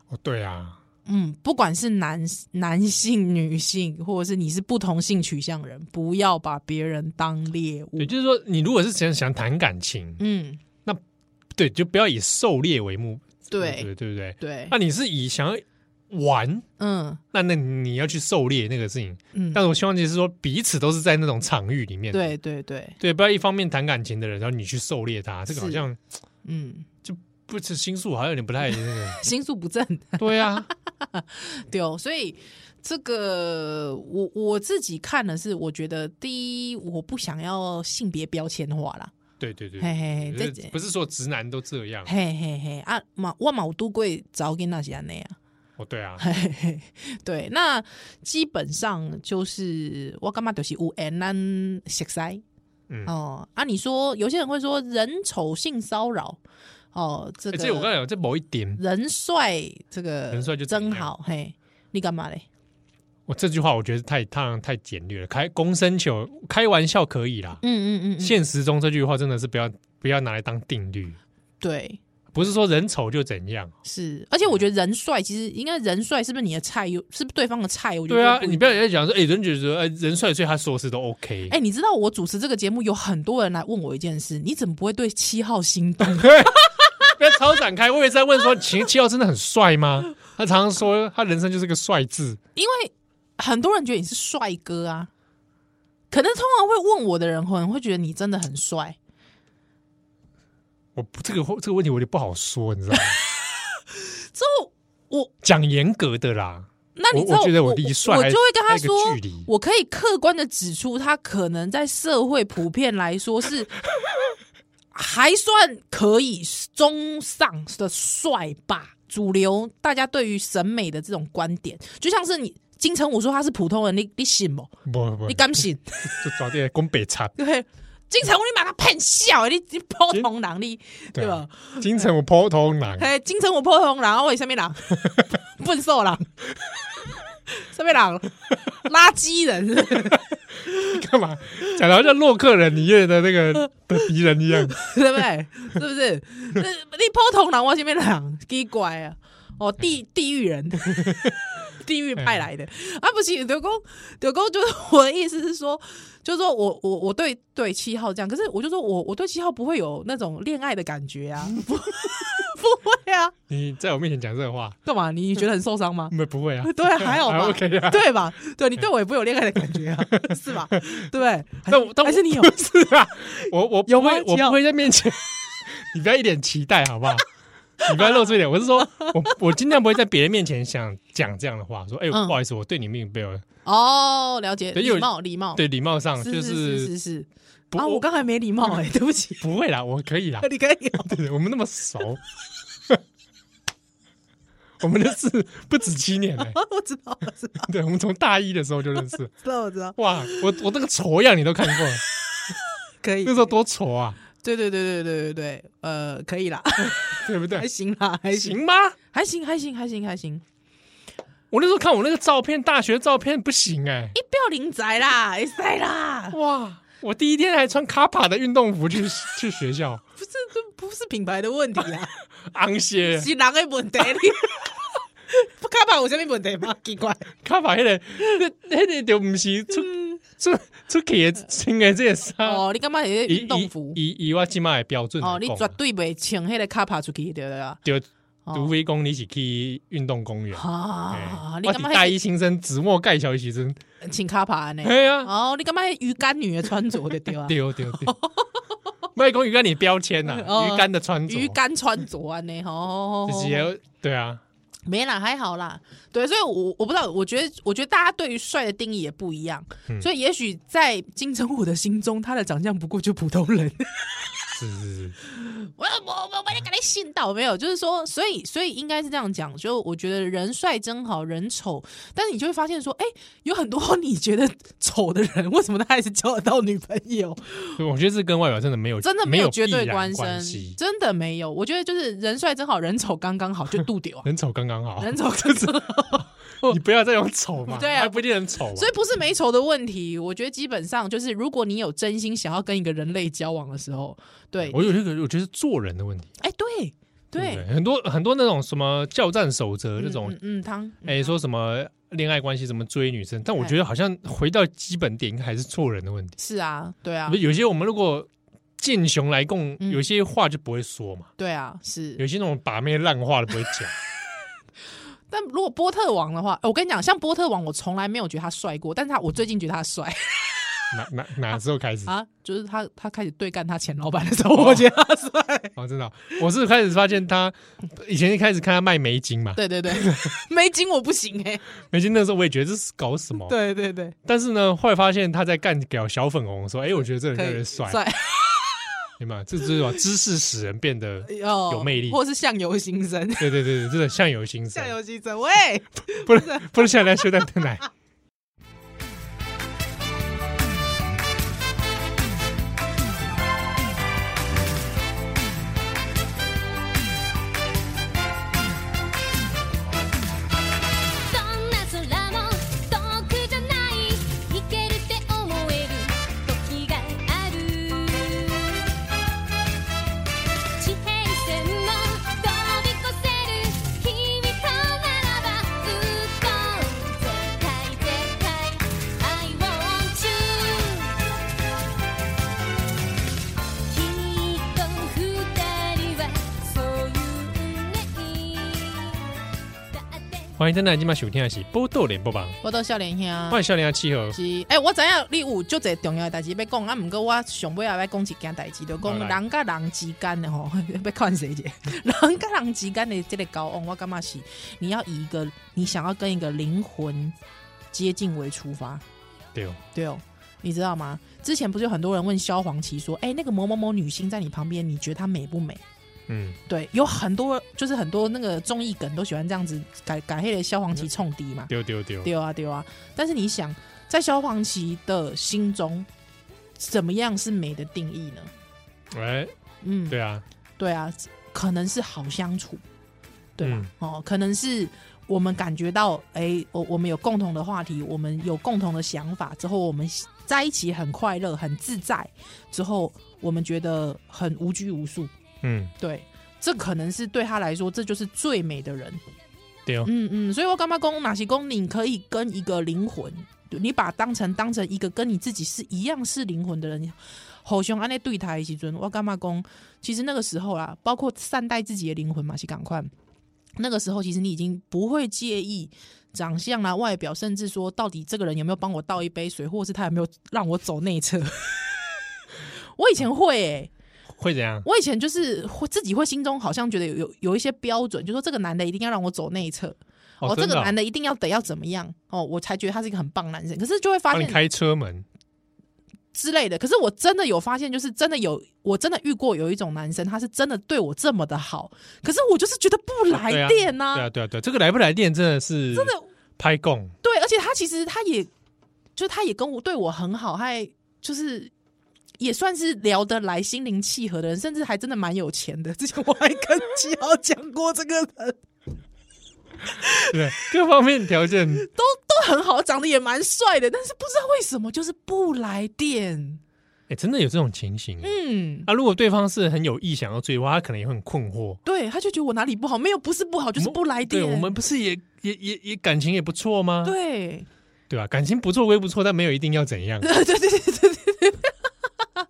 哦对啊，
嗯，不管是男男性、女性，或者是你是不同性取向人，不要把别人当猎物
对，。就是说你如果是想想谈感情，
嗯，
对，就不要以狩猎为目，
对
对啊对不对？
对
那，你是以想要玩，
嗯
那那你要去狩猎那个事情，
嗯，
但我希望就是说彼此都是在那种场域里面，
对对对，
对，不要一方面谈感情的人，然后你去狩猎他，这个好
是
像
嗯，。
不是心术，好像有点不太那个
心术不正，
对啊，
对哦，所以这个我我自己看的是，我觉得第一，我不想要性别标签化啦，
对对对，
嘿嘿嘿，
就
这
是不是说直男都这样
嘿嘿嘿啊，嘛我嘛有都贵早跟那些安内啊，
哦，对啊，
嘿嘿嘿，对，那基本上就是我干嘛就是有缘咱熟悉
嗯，
哦啊，你说有些人会说人丑性骚扰哦，这
而
个
且我刚才有这某一点，
人帅这个
人帅就怎
真
样
好嘿，你干嘛嘞？
我这句话我觉得太太太简略了，开公生球开玩笑可以啦，
嗯嗯嗯嗯，
现实中这句话真的是不要不要拿来当定律，
对。
不是说人丑就怎样。
是，而且我觉得人帅其实应该人帅是不是你的菜？有是不是对方的菜？我觉得
对啊，
不一
你不要人家讲说，哎，人觉得哎人帅，所以他说事都 OK。
哎、你知道我主持这个节目有很多人来问我一件事，你怎么不会对七号心动？
不要超展开，我也在问说，秦七号真的很帅吗？他常常说他人生就是个帅字，
因为很多人觉得你是帅哥啊，可能通常会问我的人，可能会觉得你真的很帅。
我不这个这个问题我就不好说，你知道吗？
之后我，
讲严格的啦，
那你
我
知道
我觉得我
我
离帅
我
还
就会跟
还
他
有一个
说
距离，
我可以客观的指出，他可能在社会普遍来 说是还算可以中上的帅吧，主流大家对于审美的这种观点，就像是你金城武说他是普通人，你你信不？
不不，
你敢信？
就找点拱北差，
对，金城武你把他骗笑，你你普通人你对吧
啊？，金城我普通人，
嘿，金城武普通人，我为什么人？ 笨兽人， 什么人？垃圾人。
你干嘛讲到像洛克人一样的那个的敌人一样？
对不对？是不是？那你普通人我这边人奇怪啊！ 哦，地地狱人，地狱派
哎
来的啊！不行，德公德公就是我的意思是说，就是说我我我对对七号这样，可是我就说我我对七号不会有那种恋爱的感 觉啊，不不会啊，
你在我面前讲这个话，
干嘛？你觉得很受 伤吗？
没不会啊？
对啊，还 好吧
OK 啊？
对吧？对你对我也不会有恋爱的感觉啊，是吧？对不对，还
但我但我
还是你有
不是啊，我我
有
不会
吗
我
七号
不会在面前， 你不要一脸期待好不 好？你不要露出一点，我是说，我我尽量不会在别人面前想讲这样的话，说，哎、
嗯
不好意思，我对你并没有
哦，了解，
对
礼
有
貌礼貌，
对礼貌上就是
是是是是。
不
啊，我刚才没礼貌 哎、对不起，，
不会啦，我可以啦
你可以 哦、
对对，我们那么熟， 我们认识不止七年嘞、
我知道，我知道，
对，我们从大一的时候就认识，
知道，我知道，
哇，我我那个丑样你都看过，
可以
那，时候多丑啊，
对对对对对对对，呃，可以 啦，
对不
还
对？
行啦，还行，
行吗？
还行，还行，还行，还行，
我那时候看我那个照片，大学照片不行哎、
一不要零宅啦，哎塞啦，
哇！我第一天还穿卡帕的运动服去 去学校，
不是，这不是品牌的问题 啊，
昂些
是人的问 题，你不看吧，有什么问题吗？奇 怪，
卡帕迄个，那迄个就不是出出出去的穿的这个衫，
嗯哦，你干嘛也
以
运动服？
以以以我今麦的标准
哦，
来
你
讲
绝对袂穿迄个卡帕出去对不对啊？
就除
哦
非讲你是去运动公园，
啊，
哎
你
我
干
是
嘛
大一新生子墨盖小学生，
穿卡帕呢？
哎呀，
哦，你干嘛鱼干女的穿着就对啊？
丢丢 丢，麦公鱼竿你标签呐，
哦
鱼竿的穿着，
鱼竿穿着啊，呢，吼，
直接对啊，
没啦，还好啦。对，所以我，我不知道，我觉得，我觉得大家对于帅的定义也不一样，
嗯
所以也许在金城武的心中，他的长相不过就普通人。
是是是，
我我我我给你信到没有？就是说，所以所以应该是这样讲，就我觉得人帅真好人丑，但是你就会发现说，哎、有很多你觉得丑的人，为什么他还是交得到女朋友？
对我觉得这跟外表真的没有
真的
没
有
必
绝对
然
关
关
身，
系，
真的没有。我觉得就是人帅真好人丑刚刚好， 就度丢啊，
人丑刚刚好，
人丑刚 刚
哦
好。
你不要再用丑嘛，
对啊
还不一定很丑嘛。
所以不是美丑的问题，我觉得基本上就是，如果你有真心想要跟一个人类交往的时候，对，
我有这个，我觉得是做人的问题，
哎，对，
对不
对
对，很多很多那种什么教战守则
嗯
那种
嗯，嗯汤，
哎、说什么恋爱关系，怎么追女生，但我
对
觉得好像回到基本点，应该还是做人的问题。
是啊，对啊
不，是有些我们如果见熊来共，
嗯
有些话就不会说嘛，
对啊，是
有些那种把妹烂话都不会讲。
但如果波特王的话，呃我跟你讲，像波特王，我从来没有觉得他帅过，但是他我最近觉得他帅
哪哪哪时候开始？
啊，就是他他开始对干他前老板的时候，我觉得他帅。
哦，真的哦、我是开始发现他以前一开始看他卖梅精嘛，
对对对，没金我不行哎、
梅精那时候我也觉得这是搞什么，
对对对，
但是呢，后来发现他在干屌小粉红的时候，哎、我觉得这人越
可
来
以
越帅，对吗？这就是什么知识使人变 得，
哦
有魅力
或是相由 心生，
对对对对，真的相由心生
相，由心生，喂，
不是 不是像人家修蛋蛋奶。
「どんな空も遠くじゃない」「行けるって思える時がある」「地平線も飛び越せる」「君とならばずっと」「絶対絶対 I want you」「きっと二人はそういう運命」「だって」
欢迎蛋奶今晚收听的是波豆脸不榜，
我到笑脸兄。
欢迎笑脸的七和。
是，哎、我知影你有足侪重要的代志要讲，啊，毋过我上尾也要讲一件代志，就
好
讲
来
人甲人之间的吼， 要看谁者，人甲人之间的这个交往，我感觉是你要以一个你想要跟一个灵魂接近为出发，
对哦，
对哦，你知道吗？之前不是有很多人问萧煌奇说，哎、那个某某某女星在你旁边，你觉得她美不美？
嗯，
对，有很多就是很多那个综艺梗都喜欢这样子改改黑的萧煌奇冲低嘛，
丢丢丢，
丢啊丢啊！但是你想，在萧煌奇的心中，怎么样是美的定义呢？
哎，
嗯，
对啊，
对啊，可能是好相处，对吧？
嗯
哦，可能是我们感觉到，哎、我我们有共同的话题，我们有共同的想法之后，我们在一起很快乐、很自在，之后我们觉得很无拘无束，
嗯，
对。这可能是对他来说，这就是最美的人。
对哦，
嗯嗯，所以我干嘛公哪些公，你可以跟一个灵魂，你把当成当成一个跟你自己是一样是灵魂的人，吼熊安内对他一起尊，我干嘛公？其实那个时候啦，包括善待自己的灵魂嘛，是赶快。那个时候，其实你已经不会介意长相啦、外表，甚至说到底这个人有没有帮我倒一杯水，或是他有没有让我走内侧。 我以前会、欸，
会怎样？
我以前就是会自己会心中好像觉得有有有一些标准，就说这个男的一定要让我走内侧，哦，这
真
个
的哦
男的一定要得要怎么样哦，我才觉得他是一个很棒的男生。可是就会发
哦帮你
现
开车门，
之类的，可是我真的有发现，就是真的有，我真的遇过有一种男生，他是真的对我这么的好，可是我就是觉得不来电呐、
对啊，对啊，对啊，这个来不来电真的是真
的
拍供，
对，而且他其实他也，就是他也跟我对我很好，还就是。也算是聊得来、心灵契合的人，甚至还真的蛮有钱的。之前我还跟七豪讲过，这个人
对不 对，各方面条件，
都很好，长得也蛮帅的，但是不知道为什么就是不来电。
哎，真的有这种情形。
嗯，
啊，如果对方是很有意想要追的话，他可能也会很困惑。
对，他就觉得我哪里不好，没有不是不好，就是不来电。
对，我们不是也也也也感情也不错吗？
对
对吧？感情不错归不错，但没有一定要怎样。
对对对对对对，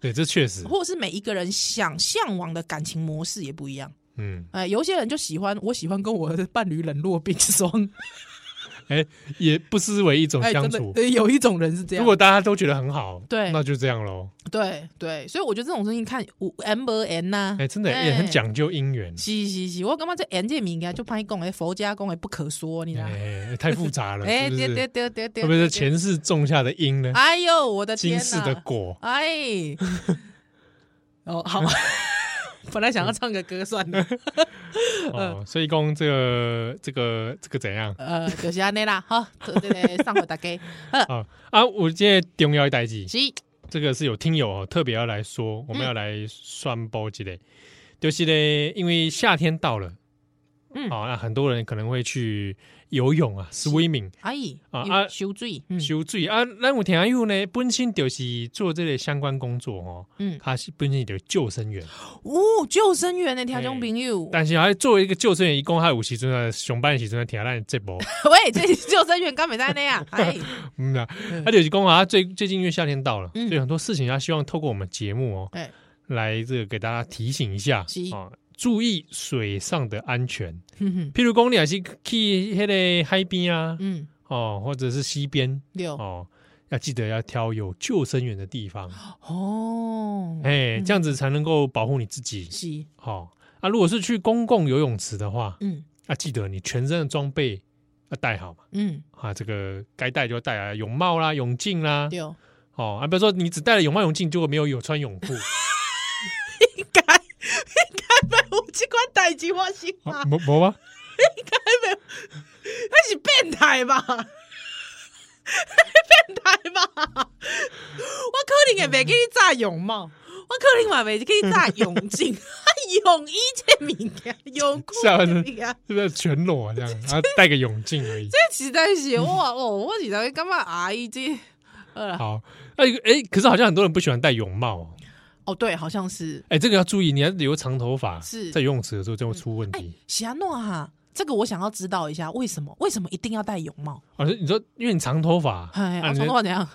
对，这确实，
或者是每一个人想向往的感情模式也不一样。
嗯，
呃，有一些人就喜欢，我喜欢跟我的伴侣冷若 冰霜。
哎，也不失为一种
哎，
相
真的
处，。
呃有一种人是这
如
样
果。大家都觉得很好，
对嗯
那就这样喽。
对对，所以我觉得这种东西看有 M 和 N 呐、
哎，真的也很。讲究姻缘，
是是是，我感觉这 N 这名该就怕讲哎，佛家讲哎不可说，你知道吗？
哎，太复杂了，
哎，
是不
对
是？
对对对对，
特别
对
是？前世种下的因呢
对，哎呦，我的
今
天
世
呐！
的果。
哎，哦， 好，本来想要唱个歌算了，嗯
哦，所以讲这个这个这个怎样
呃，就是安尼啦，好，这个上回大家，
啊？啊，我今天重要一代志，
是，
这个是有听友哦特别要来
嗯
说，我们要来算波之类，就是嘞，因为夏天到了，
嗯
啊，那很多人可能会去游泳啊，swimming
阿姨
啊啊
哎修水，嗯
修水啊。那我听阿佑呢，本身就是做这类相关工作哦，
嗯，
他是本身就是救生员，
哦，救生员的听众朋友，
但是还作为一个救生员，一共还有时阵啊，上班的时阵听咱的节目，
喂，这是救生员刚没在那样，哎，
嗯啊，他就是讲啊，他最最近因为夏天到了，
嗯
所以很多事情他希望透过我们节目哦，
哎，
来这个给大家提醒一下
是
啊，注意水上的安全。
哼哼
譬如讲你也是去那个海边啊，
嗯，
哦，或者是西边
六
哦，要记得要挑有救生员的地方，
哦，
哎，这样子才能够保护你自己。
是，
哦，啊，如果是去公共游泳池的话，
嗯
啊，记得你全身的装备要带好嘛，
嗯，
啊，这个该带就带啊，泳帽啦、泳镜啦，
六
哦，啊，比如说你只带了泳帽、泳镜，结果没有有穿泳 裤，
应该 应该没有这款代志啊发生吧？
啊没没吗？
那是变态吧？变态吧？我可能会袂记你炸泳帽，我可能嘛袂记你炸泳镜、泳衣这物件、泳裤
下
这
半身是不
物件。
是 全裸啊这样？然后戴个泳镜而已。
这实在是我哦，我实在感觉阿姨这，呃，
好，那一个哎，可是好像很多人不喜欢戴泳帽哦。
哦对，好像是
哎，这个要注意，你要留长头发，
是
在游泳池的时候就会出问
哎
题。，
喜安诺哈，这个我想要知道一下，为什么为什么一定要戴泳帽？
哦，你说因为你长头发，
哎，
啊
我
你
从头怎样？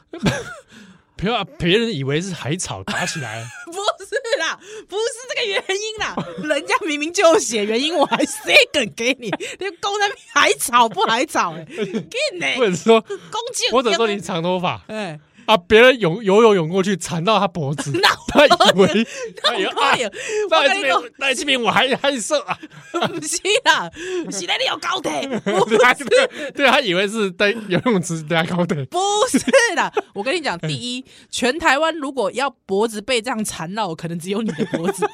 不要别人以为是海草打起 来，
不是啦，不是这个原因啦，人家明明就有写原因，我还塞梗给你， 你公在那边还吵不还吵、 欸？给
或
呢，
者说
公鸡，
或者说你长头发
哎，
啊，别人泳游泳泳过去缠到他脖 子，他以为他以为
我
啊，
也，哎我
戴这
跟你讲
边，戴这边我还害色啊，
不是啦，是在你有高 铁，不
对对对，他以为是在游泳池在搞的，
不是啦，我跟你讲，第一，全台湾如果要脖子被这样缠绕，可能只有你的脖子。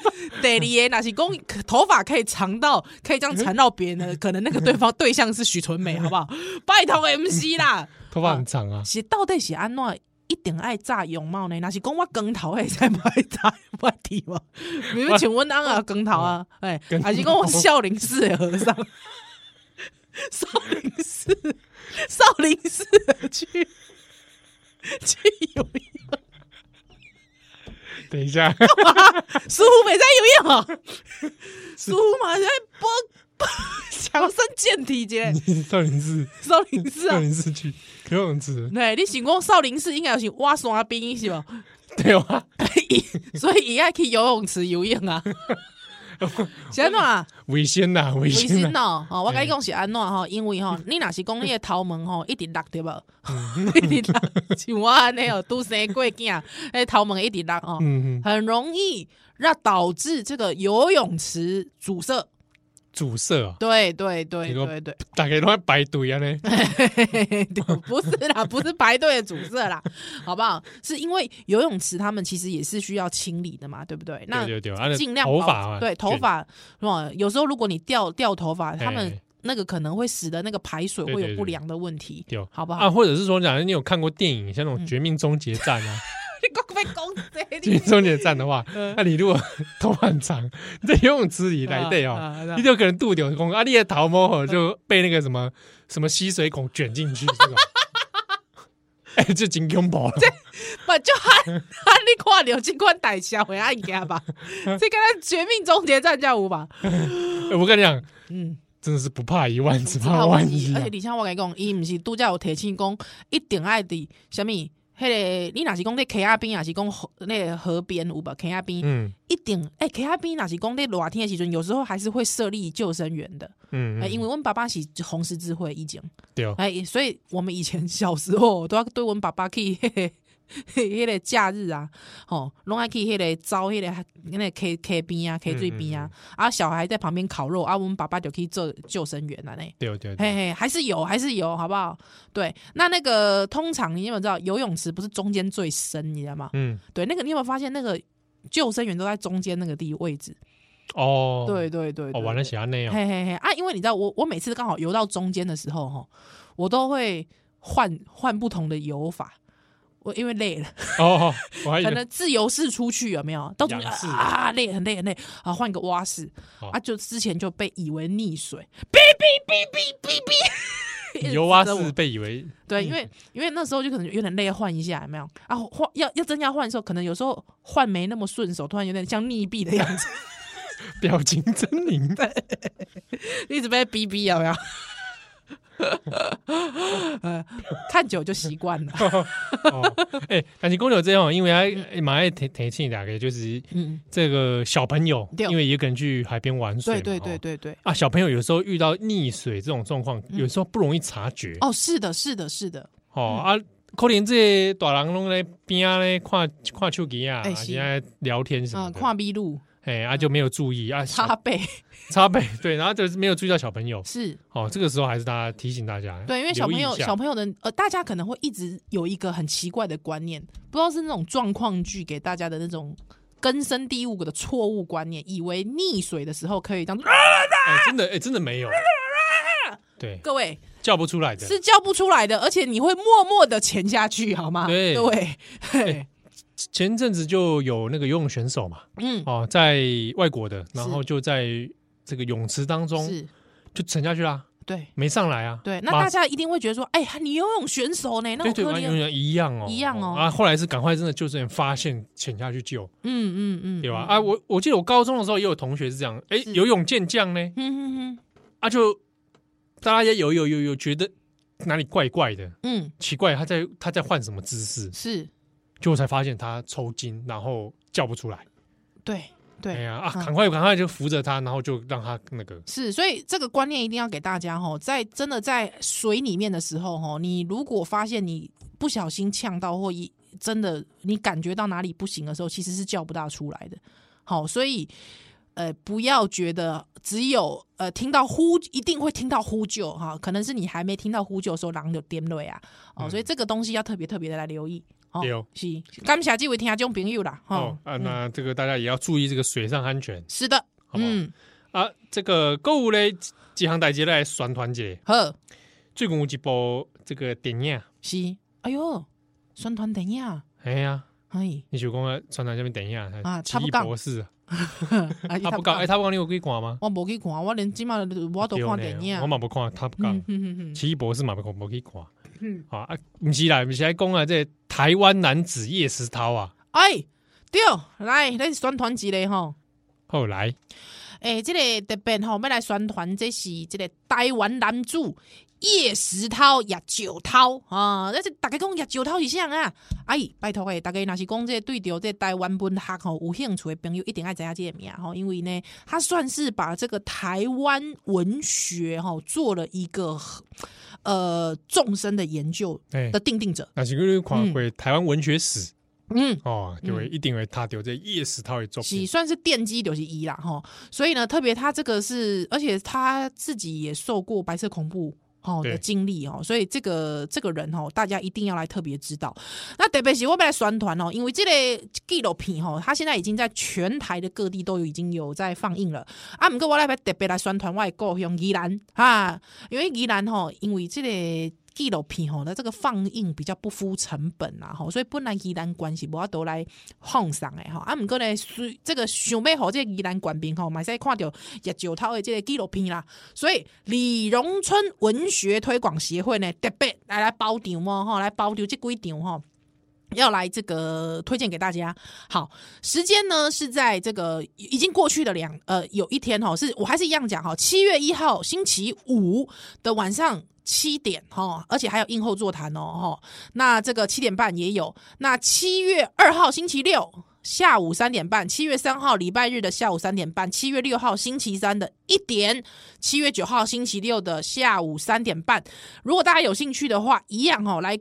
得里耶，那些公头发可以长到可以这样缠绕别人的，可能那个对方对象是许纯美，好不好？拜托 MC 啦，
头发很长 啊，
是到底是安怎？一定爱炸泳帽呢？那是讲我光头诶，才不爱炸，不爱剃 嘛。你们请问安啊光头啊？哎，
哦光头
还是讲我少林寺的和尚？ 少林寺，少林寺的去 去游泳，
等一下，
师傅没在游泳啊？ 师傅嘛在播播强身健 体节，
你少林寺，
少林寺
少
啊。
林寺去游泳池，
对，你想讲少林寺应该有是挖山冰是吧？
对啊，
所以伊爱去游泳池游泳 啊。是安怎啊？
危险呐，危
卫
险
生
呐，
哦，吼，
嗯
我甲你讲是安怎吼，因 为吼，你若是讲你的头毛吼，一直落对无，
嗯
一直落，像我安尼哦， 拄生过囝，迄头毛一直落吼，
嗯，嗯
很容易让导致这个游泳池阻塞。
阻塞啊，
对对对
你说
对对，
大概都在排队啊呢，
嘿嘿嘿 对不是 啦，不是排队的阻塞啦，好不好？是因为游泳池他们其实也是需要清理的嘛，对不对？ 那
对对对，啊那
尽量
头
保
发嘛，
对头
卷
发哦，有时候如果你掉掉头发，他们
哎
那个可能会使得那个排水
对
会
对
有不
对
良的问题，
对
好不好？
啊，或者是说，假如你有看过电影，像那
嗯
种《绝命终结战》 啊，
你讲被攻击
《绝命终结战》的话，
嗯
那你如果 头发很长，你在游泳池里来对
啊
哦
啊嗯啊，
你就可能渡掉空，啊，你的头毛哦就被那个什么什么吸水孔卷进去， 这种，哎，这真恐怖了，
不就喊 喊你看到这款代销的案件吧？这跟咱《绝命终结战》叫 有吧？
哎我跟你讲，
嗯，
真的是不怕一万，只
只
怕万一
而
啊
且！而且我跟你讲，伊毋是拄则有提醒讲，一定爱伫什物迄个你若是讲咧溪仔边，还是讲河那个河边有吧？溪仔边
嗯
一定哎，溪仔边若是讲咧热天的时阵，有时候还是会设立救生员的。
嗯，
哎，因
为
为阮爸爸是红十字会以前，
对哦，
哎，所以我们以前小时候都要对阮爸爸去 迄、那个。迄个假日啊，吼，拢爱去迄个走迄、个那个溪溪边啊、溪水边
嗯
啊，啊，小孩在旁边烤肉啊，阮爸爸就去做救生员啊呢。
对哦对哦对
嘿
哦，
嘿，还是有，还是有，好不好？对，那那个通常你有没有知道，游泳池不是中间最深，你知道吗？
嗯，
对，那个你有没有发现，那个救生员都在中间那个地位置？
哦，
对，对对
哦，
对
完了，喜欢那样，
嘿嘿嘿啊！因为你知道，我我每次刚好游到中间的时候，哈，我都会换换不同的游法。我因为累了，
哦，我还以
可
为
能自由式出去有没有？到处
仰视哦
啊累很累很累啊，换个蛙式
好
啊，就之前就被以为溺水，哔哔哔哔哔哔，
游蛙
一直指着
式嗯
我
被以为
对，因为因为那时候就可能有点累，换一下有没有啊？换要要真要换的时候，可能有时候换没那么顺手，突然有点像溺毙的样子，
表情狰 狞，
一直被逼逼有没有？呃，看久就习惯了。
哦，哎，感情公牛这样，因为他马上提提醒大家，就是
嗯，
这个小朋友，
对
因为一个人去海边玩水
对
嘛，
对对
哦
对对。
啊，小朋友有时候遇到溺水这种状况，有时候不容易察觉
嗯哦，是的，是的，是的，
哦啊，可能这些大人拢在边啊咧看看手机啊，
哎是
现在聊天什
啊、嗯
么的，
跨逼路
哎啊就没有注意啊，
擦
小
背
插背对，然后就是没有注意到小朋友
是
哦，这个时候还是大家提醒大家，
对，因为小朋
留
友
意一下
小朋友的呃，大家可能会一直有一个很奇怪的观念，不知道是那种状况剧给大家的那种根深蒂固的错误观念，以为溺水的时候可以当、啊、
哎、真的，哎、真的没 有，对，
各位
叫不出来的。
是叫不出来的，而且你会默默的潜下去，好吗？
对
各位，嘿
前阵子就有那个游泳选手嘛，
嗯，
哦，在外国的，然后就在这个泳池当中
是，
就沉下去啦，
对
没上来啊。
对，那
马
大家一定会觉得说，哎、呀，你游泳选手呢，那
对
么
对，
可
完全
怜，
一样哦，
一样哦
啊，后来是赶快真的救生员发现潜下去救，
嗯嗯嗯，
对吧？
嗯
啊，，我我记得我高中的时候也有同学是这样，哎，
是
游泳健将呢，
嗯嗯嗯
啊就大家也有有有有觉得哪里怪怪的，
嗯，
奇怪他在他在换什么姿势，
是
结果才发现他抽筋，然后叫不出来。
对对，
哎呀啊，
嗯
赶快赶快就扶着他，然后就让他那个
是，所以这个观念一定要给大家哦，在真的在水里面的时候哦，你如果发现你不小心呛到或一真的你感觉到哪里不行的时候，其实是叫不大出来的。好，所以呃，不要觉得只有呃听到呼一定会听到呼救哈、可能是你还没听到呼救的时候，狼就颠累啊哦，所以这个东西要特别特别的来留意。哦
嗯对哦，
是，感谢这位听众朋友啦，哈、
哦啊，那这个大家也要注意这个水上安全
是的，
好不好
嗯，
啊。这个购物嘞，几行台阶来选团结。
好，
最近有一部这个电影，啊
是，哎呦，宣传电影啊。
哎呀，
哎，
你就讲啊，传传下面电影
啊
奇
插不
异
杠
博士，
啊，
他不讲，哎，他不讲你有去看吗？
我无去看，我连即马我都
对
看
呢
电影。
我嘛不看，他不
嗯
讲
哼，哼哼
奇异博士嘛不看，没去看。
嗯
啊啊，不是啦，不是来讲啊，这台湾男子叶石涛啊，
哎，对，来，咱宣传一个吼。
后来
诶，这个特别吼，要来宣传，这是这个台湾男子叶石涛、叶九涛啊。那是大家讲叶九涛是啥啊？哎，拜托诶，大家若是讲这个对着这个台湾文学吼有兴趣的朋友，一定爱知影这个名吼，因为呢，他算是把这个台湾文学吼做了一个呃纵深的研究
哎
的，定定者。
那是你看过台湾文学史。
嗯，
哦，就会一定会他丢在夜市，他会做
是算是奠基流行一啦哈，吼所以呢，特别他这个是，而且他自己也受过白色恐怖。哦
对
的经历哦，所以这个这个人哦，大家一定要来特别知道。那特别是我们来宣传哦，因为这个纪录片哦，它现在已经在全台的各地都有已经有在放映了。啊，不过我来特别来宣传我的故乡宜兰啊，因为宜兰吼，因为这个纪录片吼，它这个放映比较不敷成本啦吼，所以本来宜兰关系无法度来放上诶吼，啊，毋过呢，虽这个想要互这个宜兰哦官兵吼，嘛会使看到叶九涛的这个纪录片啦，所以李荣春文学推广协会呢，特别来来包场哦吼，来包场这几场吼。要来这个推荐给大家。好，时间呢是在这个已经过去的两呃有一天哈、哦，是我还是一样讲哈、哦，七月一号星期五的晚上七点哈、哦，而且还有映后座谈哦哈、哦，那这个七点半也有，那七月二号星期六。下午三点半，七月三号礼拜日的下午三点半，七月六号星期三的一点，七月九号星期六的下午三点半。如果大家有兴趣的话，一样哦，来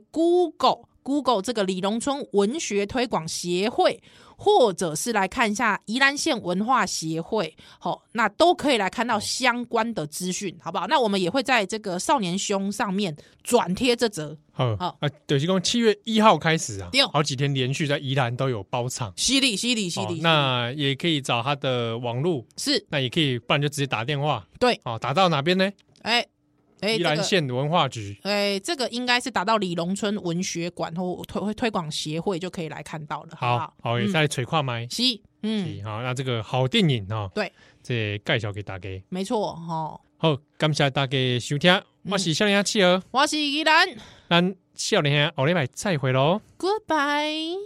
Google Google 这个李荣春文学推广协会，或者是来看一下宜兰县文化协会，好、那都可以来看到相关的资讯，好不好？那我们也会在这个少年凶上面转贴这则，
好
好
啊，对，是讲七月一号开始啊
对，
好几天连续在宜兰都有包场。
犀利犀利犀
哦
利，，
那也可以找他的网路，
是
那也可以，不然就直接打电话
对，
哦，打到哪边呢？
哎、哎，
宜
这
兰
个
县文化局，
哎，这个应该是打到李龙村文学馆或推推广协会就可以来看到了，好不
好
好？
好也
嗯
再垂跨麦，
是，嗯，
好，那这个好电影哈，
对，
这介绍给大家。
没错，哈，
好，感谢大家的收听，
嗯
我是少年兄企鹅，
我是依兰
咱少年兄后礼拜再会喽。
，Goodbye。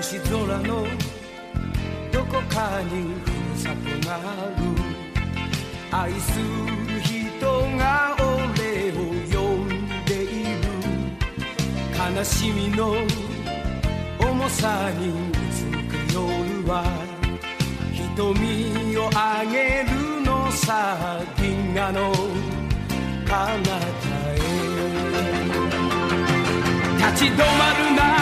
星空のどこかにふるさとがある愛する人が俺を呼んでいる悲しみの重さにうつく夜は瞳をあげるのさ銀河の彼方へ立ち止まるな